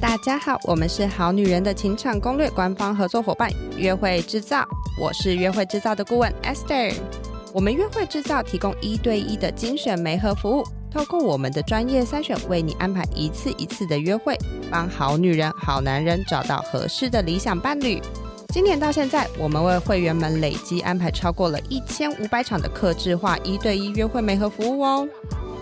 大家好，我们是好女人的情场攻略官方合作伙伴约会制造，我是约会制造的顾问 Esther。我们约会制造提供一对一的精选媒合服务，透过我们的专业筛选，为你安排一次一次的约会，帮好女人、好男人找到合适的理想伴侣。今年到现在，我们为会员们累计安排超过了一千五百场的客制化一对一约会媒合服务哦。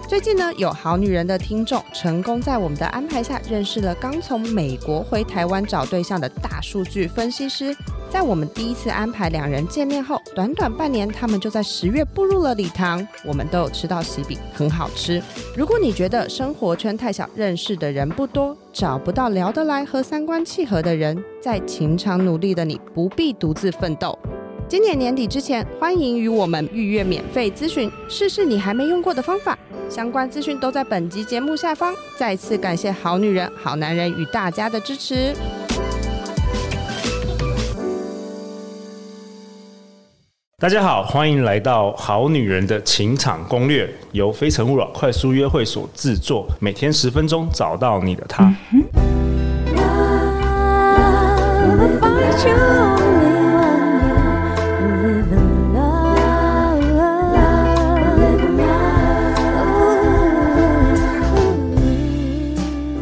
最近呢，有好女人的听众成功在我们的安排下，认识了刚从美国回台湾找对象的大数据分析师。在我们第一次安排两人见面后，短短半年，他们就在十月步入了礼堂。我们都有吃到喜饼，很好吃。如果你觉得生活圈太小，认识的人不多，找不到聊得来和三观契合的人，在情场努力的你，不必独自奋斗。今年年底之前，欢迎与我们预约免费咨询，试试你还没用过的方法。相关资讯都在本集节目下方。再次感谢好女人、好男人与大家的支持。大家好，欢迎来到《好女人的情场攻略》，由非诚勿扰快速约会所制作，每天十分钟，找到你的他。 Love, if I truly love you, live in love, live in love.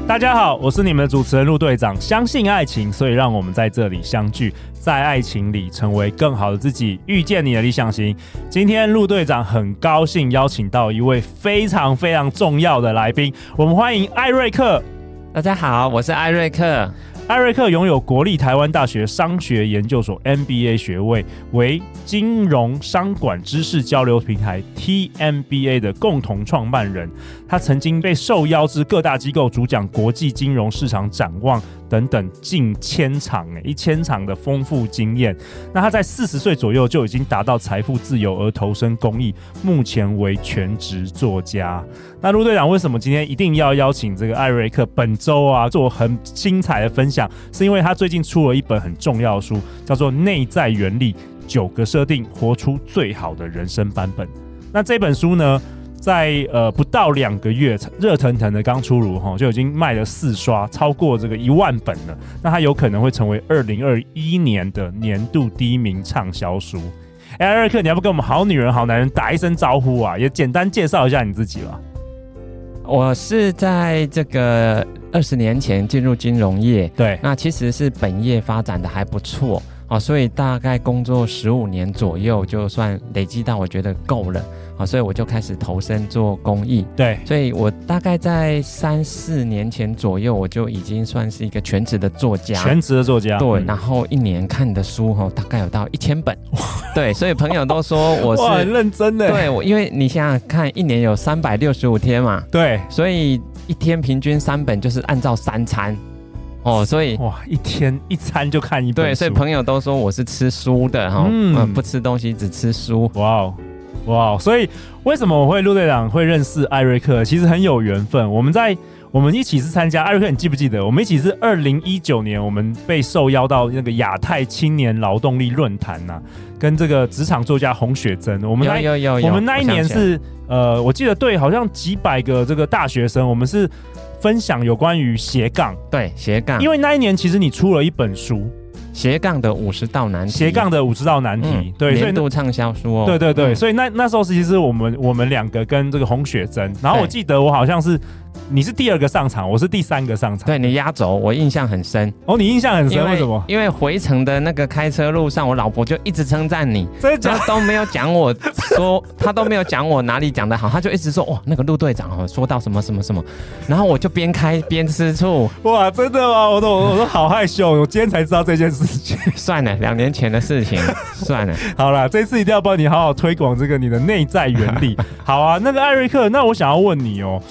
大家好，我是你们的主持人陆队长。相信爱情，所以让我们在这里相聚，在爱情里成为更好的自己，遇见你的理想型。今天陆队长很高兴邀请到一位非常非常重要的来宾，我们欢迎艾瑞克。大家好，我是艾瑞克。艾瑞克拥有国立台湾大学商学研究所 MBA 学位，为金融商管知识交流平台 TMBA 的共同创办人。他曾经被受邀至各大机构主讲国际金融市场展望等等近千场欸诶一千场的丰富经验。那他在四十岁左右就已经达到财富自由而投身公益，目前为全职作家。那陆队长为什么今天一定要邀请这个艾瑞克本周啊做很精彩的分享？是因为他最近出了一本很重要的书，叫做《内在原力：九个设定，活出最好的人生版本》。那这本书呢，在呃不到两个月，热腾腾的刚出炉哈，就已经卖了四刷，超过这个一万本了。那它有可能会成为二零二一年的年度第一名畅销书。哎，艾瑞克，你要不跟我们好女人、好男人打一声招呼啊？也简单介绍一下你自己吧。我是在这个二十年前进入金融业，对，那其实是本业发展的还不错啊、哦，所以大概工作十五年左右，就算累积到我觉得够了啊、哦所以我就开始投身做公益。对，所以我大概在三四年前左右，我就已经算是一个全职的作家。 全职的作家。对，嗯然后一年看的书哈、哦，大概有到一 千本。对，所以朋友都说我哇，很是认真的。对我，因为你想想看，一年有三百六十五天嘛，对，所以一天平均三本就是按照三餐哦，所以哇，一天一餐就看一本对，所以书朋友都说我是吃书的哈，嗯嗯、不吃东西只吃书。哇哦，哇哦！所以为什么我会陆队长会认识艾瑞克？其实很有缘分。我们在我们一起是参加艾瑞克，你记不记得？我们一起是二零一九年，我们被受邀到那个亚太青年劳动力论坛呐、跟这个职场作家洪雪珍。我我们那有有有有，我们那一想年起来是呃，我记得对，好像几百个这个大学生，我们是分享有关于斜杠，对斜杠，因为为那一年其实你出了一本书斜杠的五十道难《题，嗯斜杠的五十道难题》，对，所以年度畅销书哦，对对对，嗯所以那那时候其实我们我们两个跟这个洪雪珍，然后我对记得我好像是你是第二个上场，我是第三个上场。对你压轴，我印象很深，哦，你印象很深，为为什么？因为回程的那个开车路上，我老婆就一直称赞你，真的假的？他都没有讲我说，他都没有讲我哪里讲的好，他就一直说哇，那个陆队长哦，说到什么什么什么，然后我就边开边吃醋。 哇，真的吗？我都我都好害羞，我今天才知道这件事情。 算了，两年前的事情， 算了。好啦，这次一定要帮你好好推广这个你的内在原 理。好啊，那个艾瑞克，那我想要问你哦。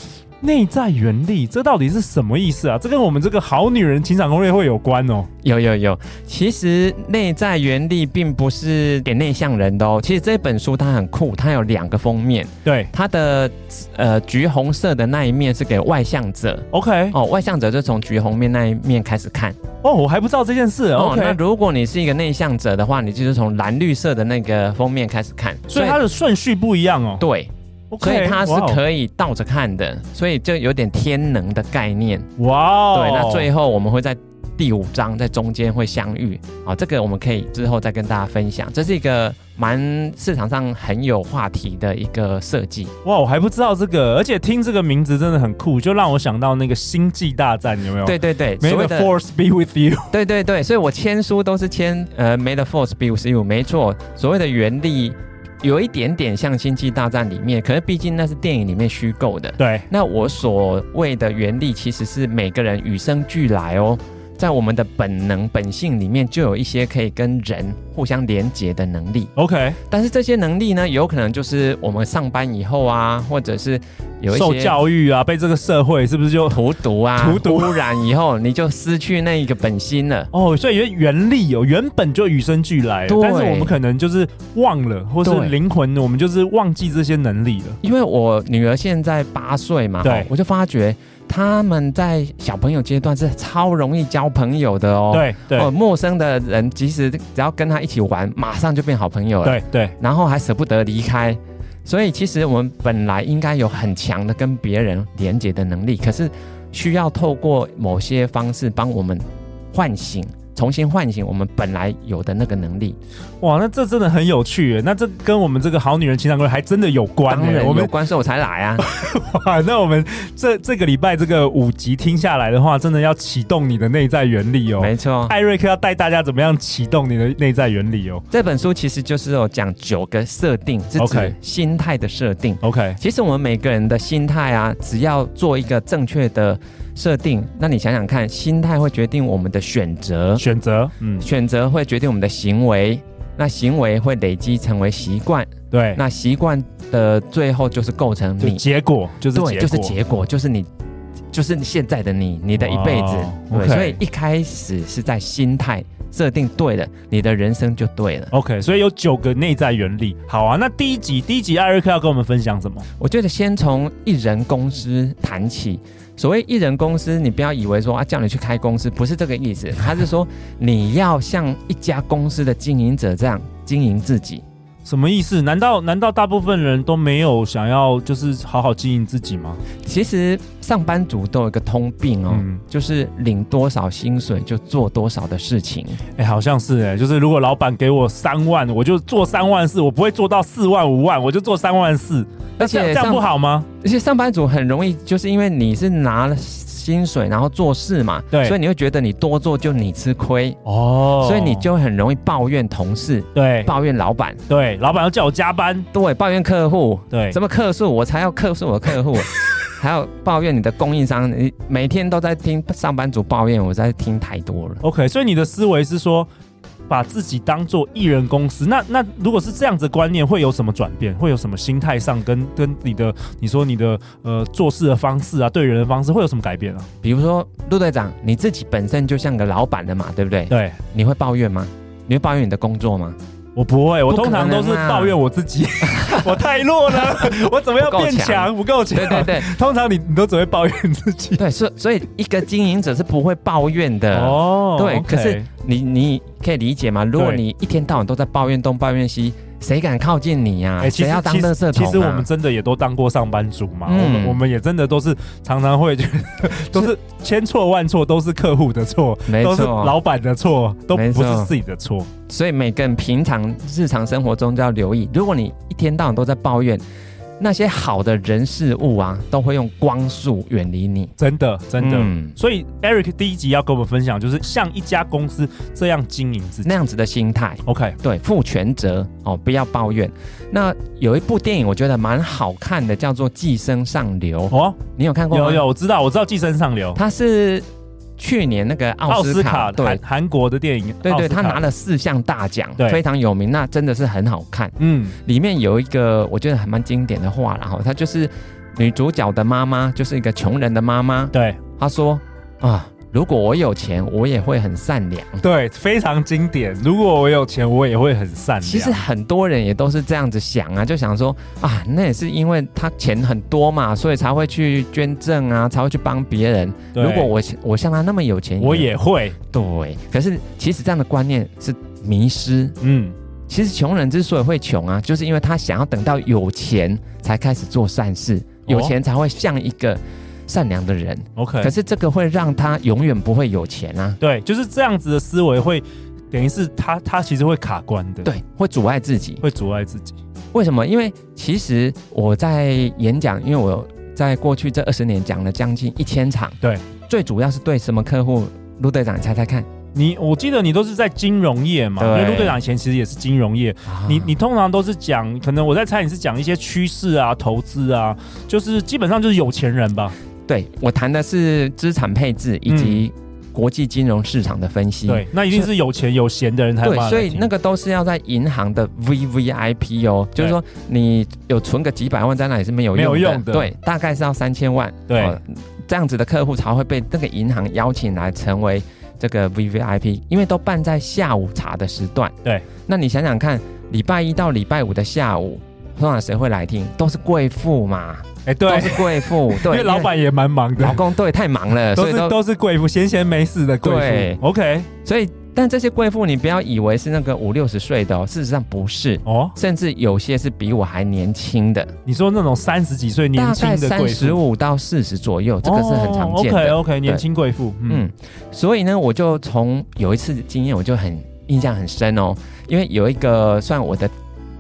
内在原力，这到底是什么意思啊？这跟我们这个好女人情场攻略会有关哦。有有有，其实内在原力并不是给内向人的哦。其实这本书它很酷，它有两个封面，对它的呃橘红色的那一面是给外向者，OK，哦，外向者就从橘红面那一面开始看。哦，我还不知道这件事。哦， OK，那如果你是一个内向者的话，你就是从蓝绿色的那个封面开始看，所以它的顺序不一样哦。对。 OK，所以它是哇哦可以倒着看的，所以就有点天能的概念。哇哦，对，那最后我们会在第五章在中间会相遇啊、这个我们可以之后再跟大家分享。这是一个蛮市场上很有话题的一个设计。哇，我还不知道这个，而且听这个名字真的很酷，就让我想到那个《星际大战》，有没有？对，对对， May 所谓 the 的 Force be with you。对对对，所以我签书都是签呃 May the Force be with you，没错，所谓的原力有一点点像《星际大战》里面，可是毕竟那是电影里面虚构的。对，那我所谓的原力，其实是每个人与生俱来哦，在我们的本能本性里面就有一些可以跟人互相连接的能力。 OK，但是这些能力呢，有可能就是我们上班以后啊，或者是有一受些教育啊，被这个社会是不是就荼毒啊，荼毒污染以后，你就失去那一个本心了。哦？所以原原力有、原本就与生俱来，对但是我们可能就是忘了，或是对灵魂，我们就是忘记这些能力了。因为我女儿现在八岁嘛，对我就发觉他们在小朋友阶段是超容易交朋友的哦。。对哦，对陌生的人，即使只要跟他一起玩，马上就变好朋友了。对对，然后还舍不得离开。所以其实我们本来应该有很强的跟别人连接的能力，可是需要透过某些方式帮我们唤醒，重新唤醒我们本来有的那个能力。哇，那这真的很有趣耶。那这跟我们这个好女人情感观还真的有关当耶。然我有们关系我才来 啊，哇，那我们这这个礼拜这个五集听下来的话，真的要启动你的内在原力哦。没错。艾瑞克要带大家怎么样启动你的内在原理哦。这本书其实就是有讲九个设定，是 OK 指心态的设定。 OK，其实我们每个人的心态啊，只要做一个正确的设定，那你想想看，心态会决定我们的选择，选择，嗯，选择会决定我们的行为，那行为会累积成为习惯，对，那习惯的最后就是构成就你，结果就是结果，对，就是结果，就是你，就是现在的你，你的一辈子。哦对， OK 所以一开始是在心态设定对了，你的人生就对了。 OK，所以有九个内在原理。好啊，那第一集，第一集艾瑞克要跟我们分享什么？我觉得先从一人公司谈起。所谓一人公司，你不要以为说啊叫你去开公司，不是这个意思，他是说你要像一家公司的经营者这样经营自己。什么意思？难道难道大部分人都没有想要就是好好经营自己吗？其实上班族都有一个通病哦，嗯就是领多少薪水就做多少的事情。哎、好像是哎、就是如果老板给我三万，我就做三万四，我不会做到四万五万，我就做三万四。那而这样且这样上不好吗？而且上班族很容易，就是因为你是拿了薪水然后做事嘛，对所以你会觉得你多做就你吃亏，哦所以你就很容易抱怨同事、对抱怨老板、对，老板要叫我加班，对抱怨客户，对怎么客诉我才要客诉我 客户，还要抱怨你的供应商，你每天都在听上班族抱怨，我在听太多了。 OK，所以你的思维是说，把自己当做艺人公司。那那如果是这样子的观念，会有什么转变？会有什么心态上跟跟你的你说你的呃做事的方式啊，对人的方式会有什么改变啊？比如说陆队长，你自己本身就像个老板的嘛，对不对？对你会抱怨吗？你会抱怨你的工 作吗？我不会，我不通可常都能是啊抱怨我自己， 我太弱 了，我怎么样不够变强强？不够强。对对对 通常你你都只会抱怨自己。对，所以所以一个经营者是不会抱怨的。哦呃对 OK 可是你你可以理解吗？如果你一天到晚都在抱怨东抱怨西，谁敢靠近你呀、哎，其啊谁实要当其垃实圾桶、其啊？实我们真的也都当过上班族嘛，我们嗯我们也真的都是常常会觉得都是 千错万错，都是客户的错，没都是错，老板的错，都没不错是自己的错。所以每个人平常日常生活中都要留意，如果你一天到晚都在抱怨，那些好的人事物啊，都会用光速远离你。真的，真的。嗯所以 Eric 第一集要跟我们分享，就是像一家公司这样经营自己。那样子的心态。 OK，对，负全责哦，不要抱怨。那有一部电影我觉得蛮好看的，叫做《寄生上流》，哦，你有看过吗？有有，我知道，我知道《寄生上流》他是去年那个奥奥斯斯卡，卡韩对韩国的电影，对奥对，斯卡他拿了四项大奖对，非常有名，那真的是很好看。嗯，里面有一个我觉得还蛮经典的话，然后他就是女主角的妈妈，就是一个穷人的妈妈，对她说啊，如果我有钱，我也会很善良。对，非常经典。如果我有钱，我也会很善良。其实很多人也都是这样子想啊，就想说啊，那也是因为他钱很多嘛，所以才会去捐赠啊，才会去帮别人。对，如果我我像他那么有钱，我也会，对，可是其实这样的观念是迷失，嗯，其实穷人之所以会穷啊，就是因为他想要等到有钱才开始做善哦事，有钱才会像一个善良的人。 OK，可是这个会让他永远不会有钱啊，对，就是这样子的思维会等于是他他其实会卡关的，，对，会阻碍自己。会阻碍自己。为什么？因为其实我在演讲，因为我在过去这二十年讲了将近一千场，对，最主要是对什么客户？陆队长，你猜猜看？你我记得你都是在金融业嘛，因为对嗯陆队长以前其实也是金融业，你你通常都是讲，可能我在猜你是讲一些趋势啊、投资啊，就是基本上就是有钱人吧。对我谈的是资产配置以及国际金融市场的分嗯析。对，那一定是有钱有闲的人才对骂，所以那个都是要在银行的 VVIP 哦，就是说你有存个几百万在那里是没有用的，没有用的对，大概是要三千万，哦对这样子的客户才会被那个银行邀请来成为这个 VVIP，因为都办在下午茶的时段，对，那你想想看，礼拜一到礼拜五的下午，通常谁会来听？都是贵妇嘛，哎、都对，是贵妇， 因对，为老板也蛮忙因为老的，公对太忙了，都所以是都都是贵妇，闲闲没事的贵对妇。OK，所以，但这些贵妇你不要以为是那个五六十岁的哦，事实上不是。哦，甚至有些是比我还年轻的，你说那种三十几岁年大轻概的三贵十妇，哦五到四十左右，这个是很常见 OK 的。 OK，年轻贵妇，嗯嗯，所以呢，我就从有一次的经验，我就很印象很深哦，因为有一个算我的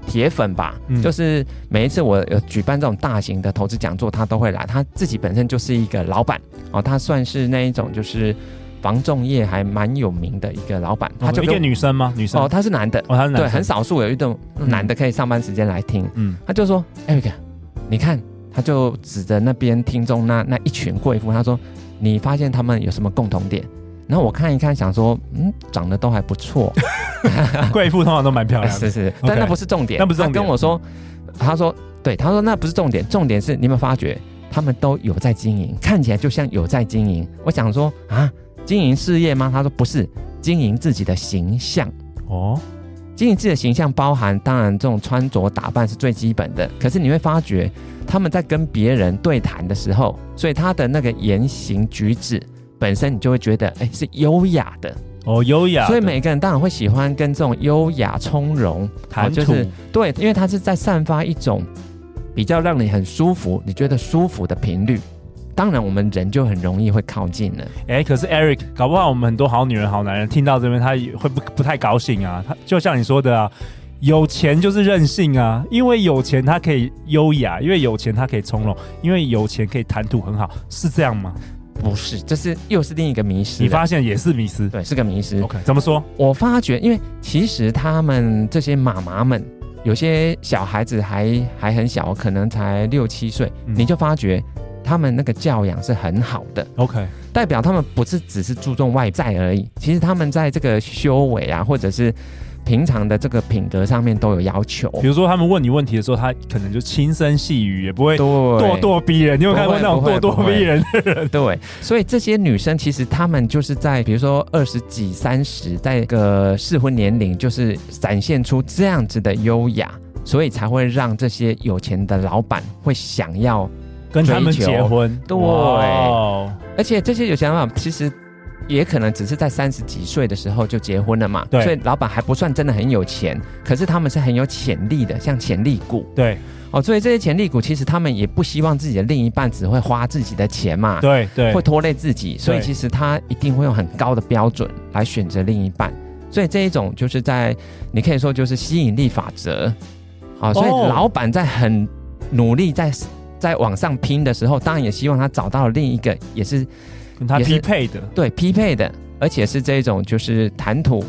铁粉吧，嗯就是每一次我有举办这种大型的投资讲座，他都会来。他自己本身就是一个老板哦，他算是那一种就是房仲业还蛮有名的一个老板，他哦就一跟个女生吗？女生哦，，他是男的，哦，她是男对，生很，少数有一种嗯男的可以上班时间来听，嗯，他就说：“Eric，你看。”他就指着那边听众那那一群贵妇，他说：“你发现他们有什么共同点？”然后我看一看，想说：“嗯，长得都还不错。贵妇通常都蛮 漂亮的 是。是， OK 但那不是重点。那不是重他点跟我说，他说：“对，他说那不是重点，重点是你有没有发觉他们都有在经营，看起来就像有在经营。”我想说：“啊，经营事业吗？”他说：“不是，经营自己的形象。”哦，经营自己的形象包含，当然这种穿着打扮是最基本的。可是你会发觉，他们在跟别人对谈的时候，所以他的那个言行举止本身，你就会觉得，哎，是优雅的。哦，优雅的，所以每个人当然会喜欢跟这种优雅从容，谈就吐是对，因为他是在散发一种比较让你很舒服，你觉得舒服的频率。当然，我们人就很容易会靠近了。哎、可是 Eric，搞不好我们很多好女人、好男人听到这边，他也会不不太高兴啊。他就像你说的啊，有钱就是任性啊，因为有钱他可以优雅，因为有钱他可以从容，因为有钱可以谈吐很好，是这样吗？不是，这是又是另一个迷失了。你发现也是迷思。对，是个迷失。 OK，怎么说？我发觉，因为其实他们这些妈妈们，有些小孩子还还很小，可能才六七岁，嗯你就发觉他们那个教养是很好的， OK，代表他们不是只是注重外在而已，其实他们在这个修为啊，或者是平常的这个品德上面都有要求。比如说他们问你问题的时候，他可能就轻声细语，也不会对，咄咄逼人。你有没有看过那种不咄会不会咄逼人？对，所以这些女生其实她们就是在比如说二十几、三十，在一个适婚年龄，就是展现出这样子的优雅，所以才会让这些有钱的老板会想要。跟他们追求结婚？哦对哇而且这些有钱老板其实也可能只是在三十几岁的时候就结婚了嘛，对所以老板还不算真的很有钱，可是他们是很有潜力的，像潜力股对哦。所以这些潜力股其实他们也不希望自己的另一半只会花自己的钱嘛，对对会，拖累自己，所以对其实他一定会用很高的标准来选择另一半，所以这一种就是在你可以说就是吸引力法则，好、所以哦老板在很努力在在往上拼的时候，当然也希望他找到另一个也是跟他也是匹配的。对匹配的，而且是这一种就是谈吐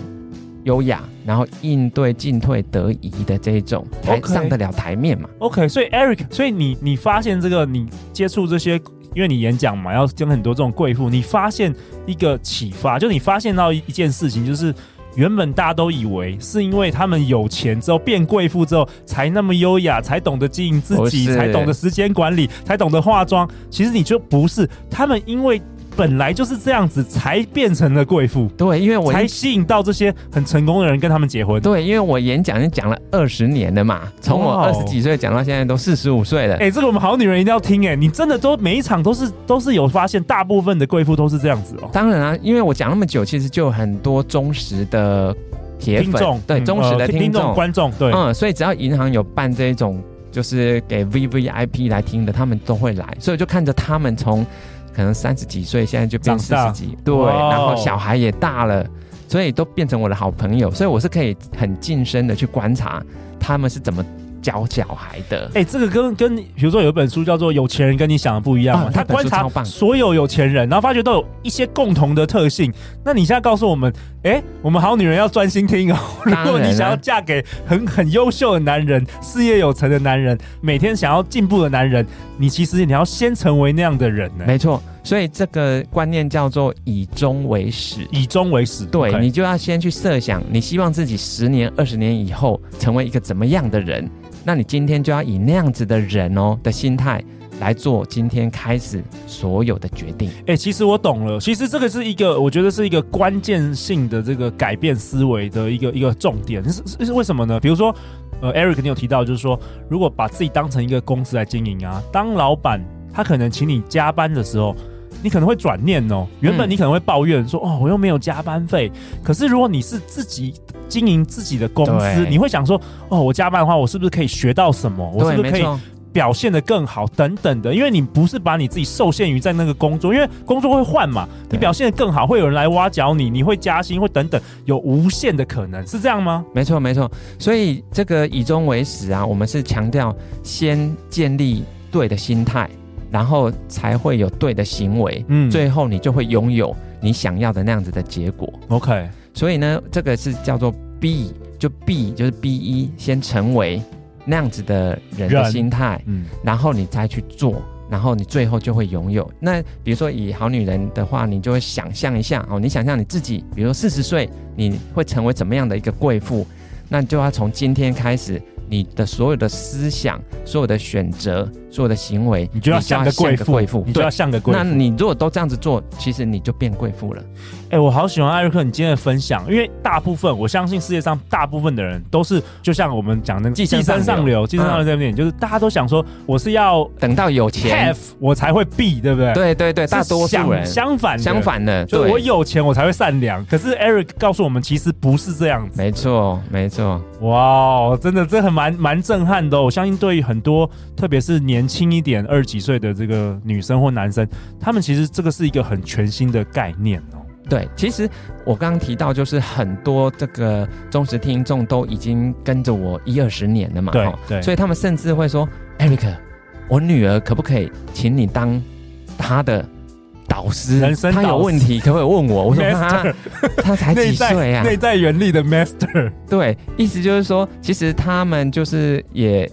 优雅，然后应对进退得宜的这一种才 OK 上得了台面嘛。 OK，所以 Eric，所以你你发现这个，你接触这些，因为你演讲嘛，要跟很多这种贵妇，你发现一个启发，就你发现到一一件事情，就是原本大家都以为是因为他们有钱之后变贵妇之后才那么优雅，才懂得经营自不己，是才懂得时间管理，才懂得化妆。其实你就不是，他们因为本来就是这样子，才变成了贵妇，对，因为我一才吸引到这些很成功的人跟他们结婚。对，因为我演讲已经讲了二十年了嘛，从我哇哦二十几岁讲到现在都四十五岁了 哎、。这个我们好女人一定要听哎、你真的都每一场都是都是有发现，大部分的贵妇都是这样子哦、当然啊，因为我讲那么久，其实就有很多忠实的铁粉，对嗯忠实呃的听众。观众，对，嗯，所以只要银行有办这种，就是给 V V I P 来听的，他们都会来。所以我就看着他们从可能三十几岁，现在就变长四大十几，对，哇哦然后小孩也大了，所以都变成我的好朋友。所以我是可以很近身的去观察他们是怎么教小孩的。哎、这个跟跟比如说有一本书叫做《有钱人跟你想的不一样》嘛，啊他那本观书察超棒所有有钱人，然后发觉都有一些共同的特性。那你现在告诉我们，哎、我们好女人要专心听哦。 如当然啊果你想要啦嫁给很很优秀的男人、事业有成的男人、每天想要进步的男人，你其实你要先成为那样的人呢、啊没错，所以这个观念叫做以终为始。以终为始。对 OK 你就要先去设想，你希望自己十年、二十年以后成为一个怎么样的人？那你今天就要以那样子的人哦的心态来做今天开始所有的决定。哎、其实我懂了。其实这个是一个，我觉得是一个关键性的这个改变思维的一个一个重点。是是是为什么呢？比如说，呃，Eric，你有提到，就是说，如果把自己当成一个公司来经营啊，当老板，他可能请你加班的时候。你可能会转念哦，原本嗯你可能会抱怨说、哦，我又没有加班费。可是如果你是自己经营自己的公司，对你会想说哦，我加班的话，我是不是可以学到什么？我是不对，是没可以错，表现得更好等等的，因为你不是把你自己受限于在那个工作，因为工作会换嘛，你对表现得更好，会有人来挖角你，你会加薪，会等等，有无限的可能，是这样吗？没错，没错。所以这个以终为始啊，我们是强调先建立对的心态，然后才会有对的行为，嗯最后你就会拥有你想要的那样子的结果。 ，OK，所以呢，这个是叫做 B，就 B 就是 B 一，先成为那样子的人的人心态，嗯，然后你再去做，然后你最后就会拥有。那比如说以好女人的话，你就会想象一下哦，你想象你自己，比如说四十岁，你会成为怎么样的一个贵妇？那你就要从今天开始，你的所有的思想、所有的选择、所有的行为，你就要像个贵妇，贵妇你就对要。像个贵那妇。你如果都这样子做，其实你就变贵妇了。哎、我好喜欢艾瑞克你今天的分享，因为大部分我相信世界上大部分的人都是，就像我们讲的寄生上嗯上流，寄生上流这边，就是大家都想说我是要等到有钱 have 我才会 be，对不对？，对对对，大多数人相反的相反的，就对我有钱我才会善良。可是 Eric 告诉我们，其实不是这样子。没错没错，哇哦，真的这很蛮蛮震撼的哦、我相信对于很多，特别是年轻一点二十几岁的这个女生或男生，他们其实这个是一个很全新的概念哦。对。其实我刚刚提到，就是很多这个忠实听众都已经跟着我一二十年了嘛，对齁对所以他们甚至会说，Eric，我女儿可不可以请你当她的？导师，人生她导有师问题可不可以问我？我说她 Master 她才内几岁在啊？内在原力的 Master，对，意思就是说，其实他们就是也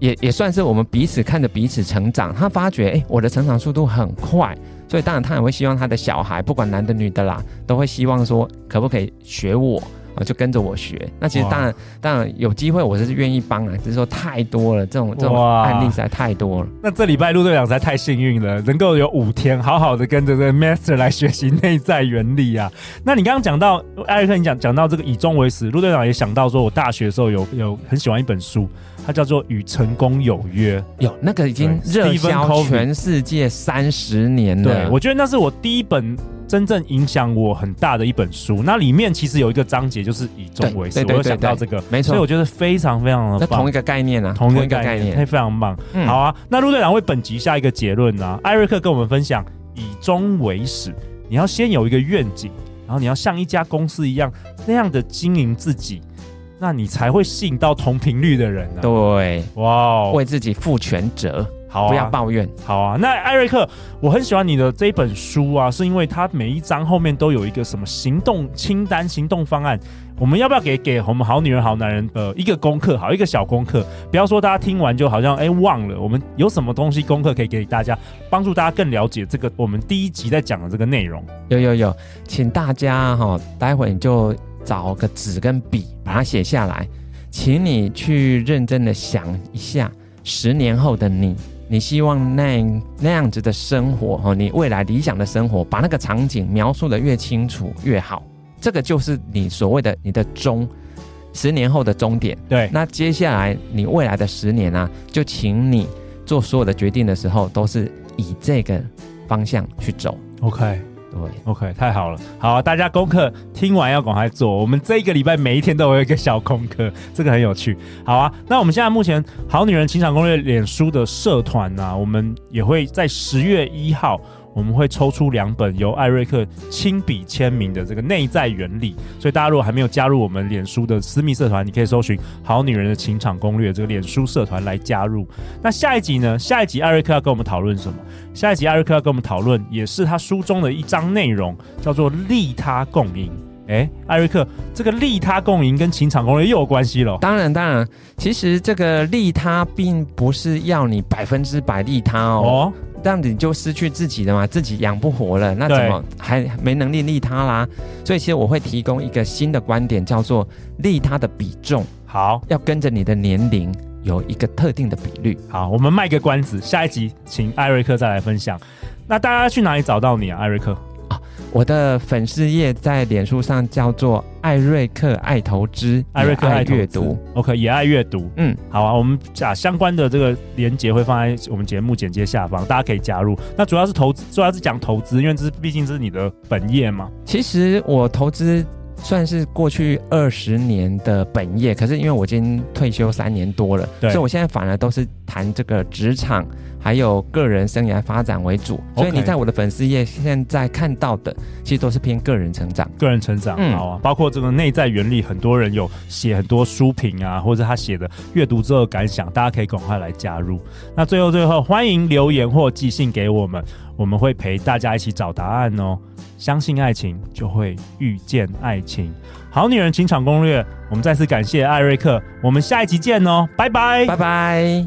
也也算是我们彼此看着彼此成长。他发觉，哎，我的成长速度很快，所以当然他也会希望他的小孩，不管男的女的啦，都会希望说，可不可以学我。啊，就跟着我学。那其实哇当然，当然有机会我是愿意帮啊，只是说太多了，这种这种哇案例实在太多了。那这礼拜陆队长实在太幸运了，能够有五天好好的跟着这个 Master 来学习内在原理啊。 那你刚刚讲到艾瑞克，你讲讲到这个以终为始，陆队长也想到说，我大学的时候有有很喜欢一本书，它叫做《与成功有约》。有那个已经对热 Stephen 销 Covey 全世界三十年了。对，我觉得那是我第一本真正影响我很大的一本书。那里面其实有一个章节就是以终为始，对我对有对想到这对个，没错所以我觉得非常非常的那同棒一。个概念啊，同一一个个概概念念，。非常棒。嗯好啊，那陆队长为本集下一个结论呢、艾瑞克跟我们分享，以终为始，你要先有一个愿景，然后你要像一家公司一样那样的经营自己，那你才会吸引到同频率的人呢、啊。对，哇哦，为自己负全责，好啊，不要抱怨。好啊，那艾瑞克，我很喜欢你的这一本书啊，是因为它每一章后面都有一个什么行动清单、行动方案。我们要不要给给我们好女人、好男人呃一个功课，好一个小功课？不要说大家听完就好像哎忘了，我们有什么东西功课可以给大家，帮助大家更了解这个我们第一集在讲的这个内容。有有有，请大家哈、待会你就找个纸跟笔，把它写下来，请你去认真的想一下，十年后的你，你希望那那样子的生活哈、哦，你未来理想的生活，把那个场景描述的越清楚越好，这个就是你所谓的你的终，十年后的终点。对，那接下来你未来的十年啊，就请你做所有的决定的时候，都是以这个方向去走。 OK，对， OK，太好了，好、大家功课听完要赶快做。我们这一个礼拜每一天都有一个小功课，这个很有趣。好啊，那我们现在目前《好女人情场攻略》脸书的社团呢、我们也会在十月一号。我们会抽出两本由艾瑞克亲笔签名的这个内在原理，所以大家如果还没有加入我们脸书的私密社团，你可以搜寻“好女人的情场攻略”这个脸书社团来加入。那下一集呢？下一集艾瑞克要跟我们讨论什么？下一集艾瑞克要跟我们讨论，也是他书中的一章内容，叫做“利他共赢”。诶，艾瑞克，这个利他共赢跟情场攻略又有关系了。当然当然，其实这个利他并不是要你百分之百利他哦，哦，这样子你就失去自己了嘛，自己养不活了，那对怎么还没能力利他啦？所以其实我会提供一个新的观点，叫做利他的比重好要跟着你的年龄有一个特定的比率。好，我们卖个关子，下一集请艾瑞克再来分享。那大家去哪里找到你啊，艾瑞克？我的粉丝页在脸书上叫做艾瑞克爱投资，艾瑞克也爱投资阅读。 OK，也爱阅读。嗯，好啊，我们把相关的这个连接会放在我们节目简介下方，大家可以加入。那主要是投资，主要是讲投资，因为这是毕竟这是你的本业嘛。其实我投资算是过去二十年的本业，可是因为我已经退休三年多了，对所以我现在反而都是谈这个职场还有个人生涯发展为主。所以 OK 你在我的粉丝页现在看到的，其实都是偏个人成长。个人成长，嗯好啊，包括这个内在原理，很多人有写很多书评啊，或者他写的阅读之后的感想，大家可以赶快来加入。那最后最后，欢迎留言或寄信给我们，我们会陪大家一起找答案哦。相信爱情，就会遇见爱情。好女人情场攻略，我们再次感谢艾瑞克，我们下一集见哦，拜拜拜拜。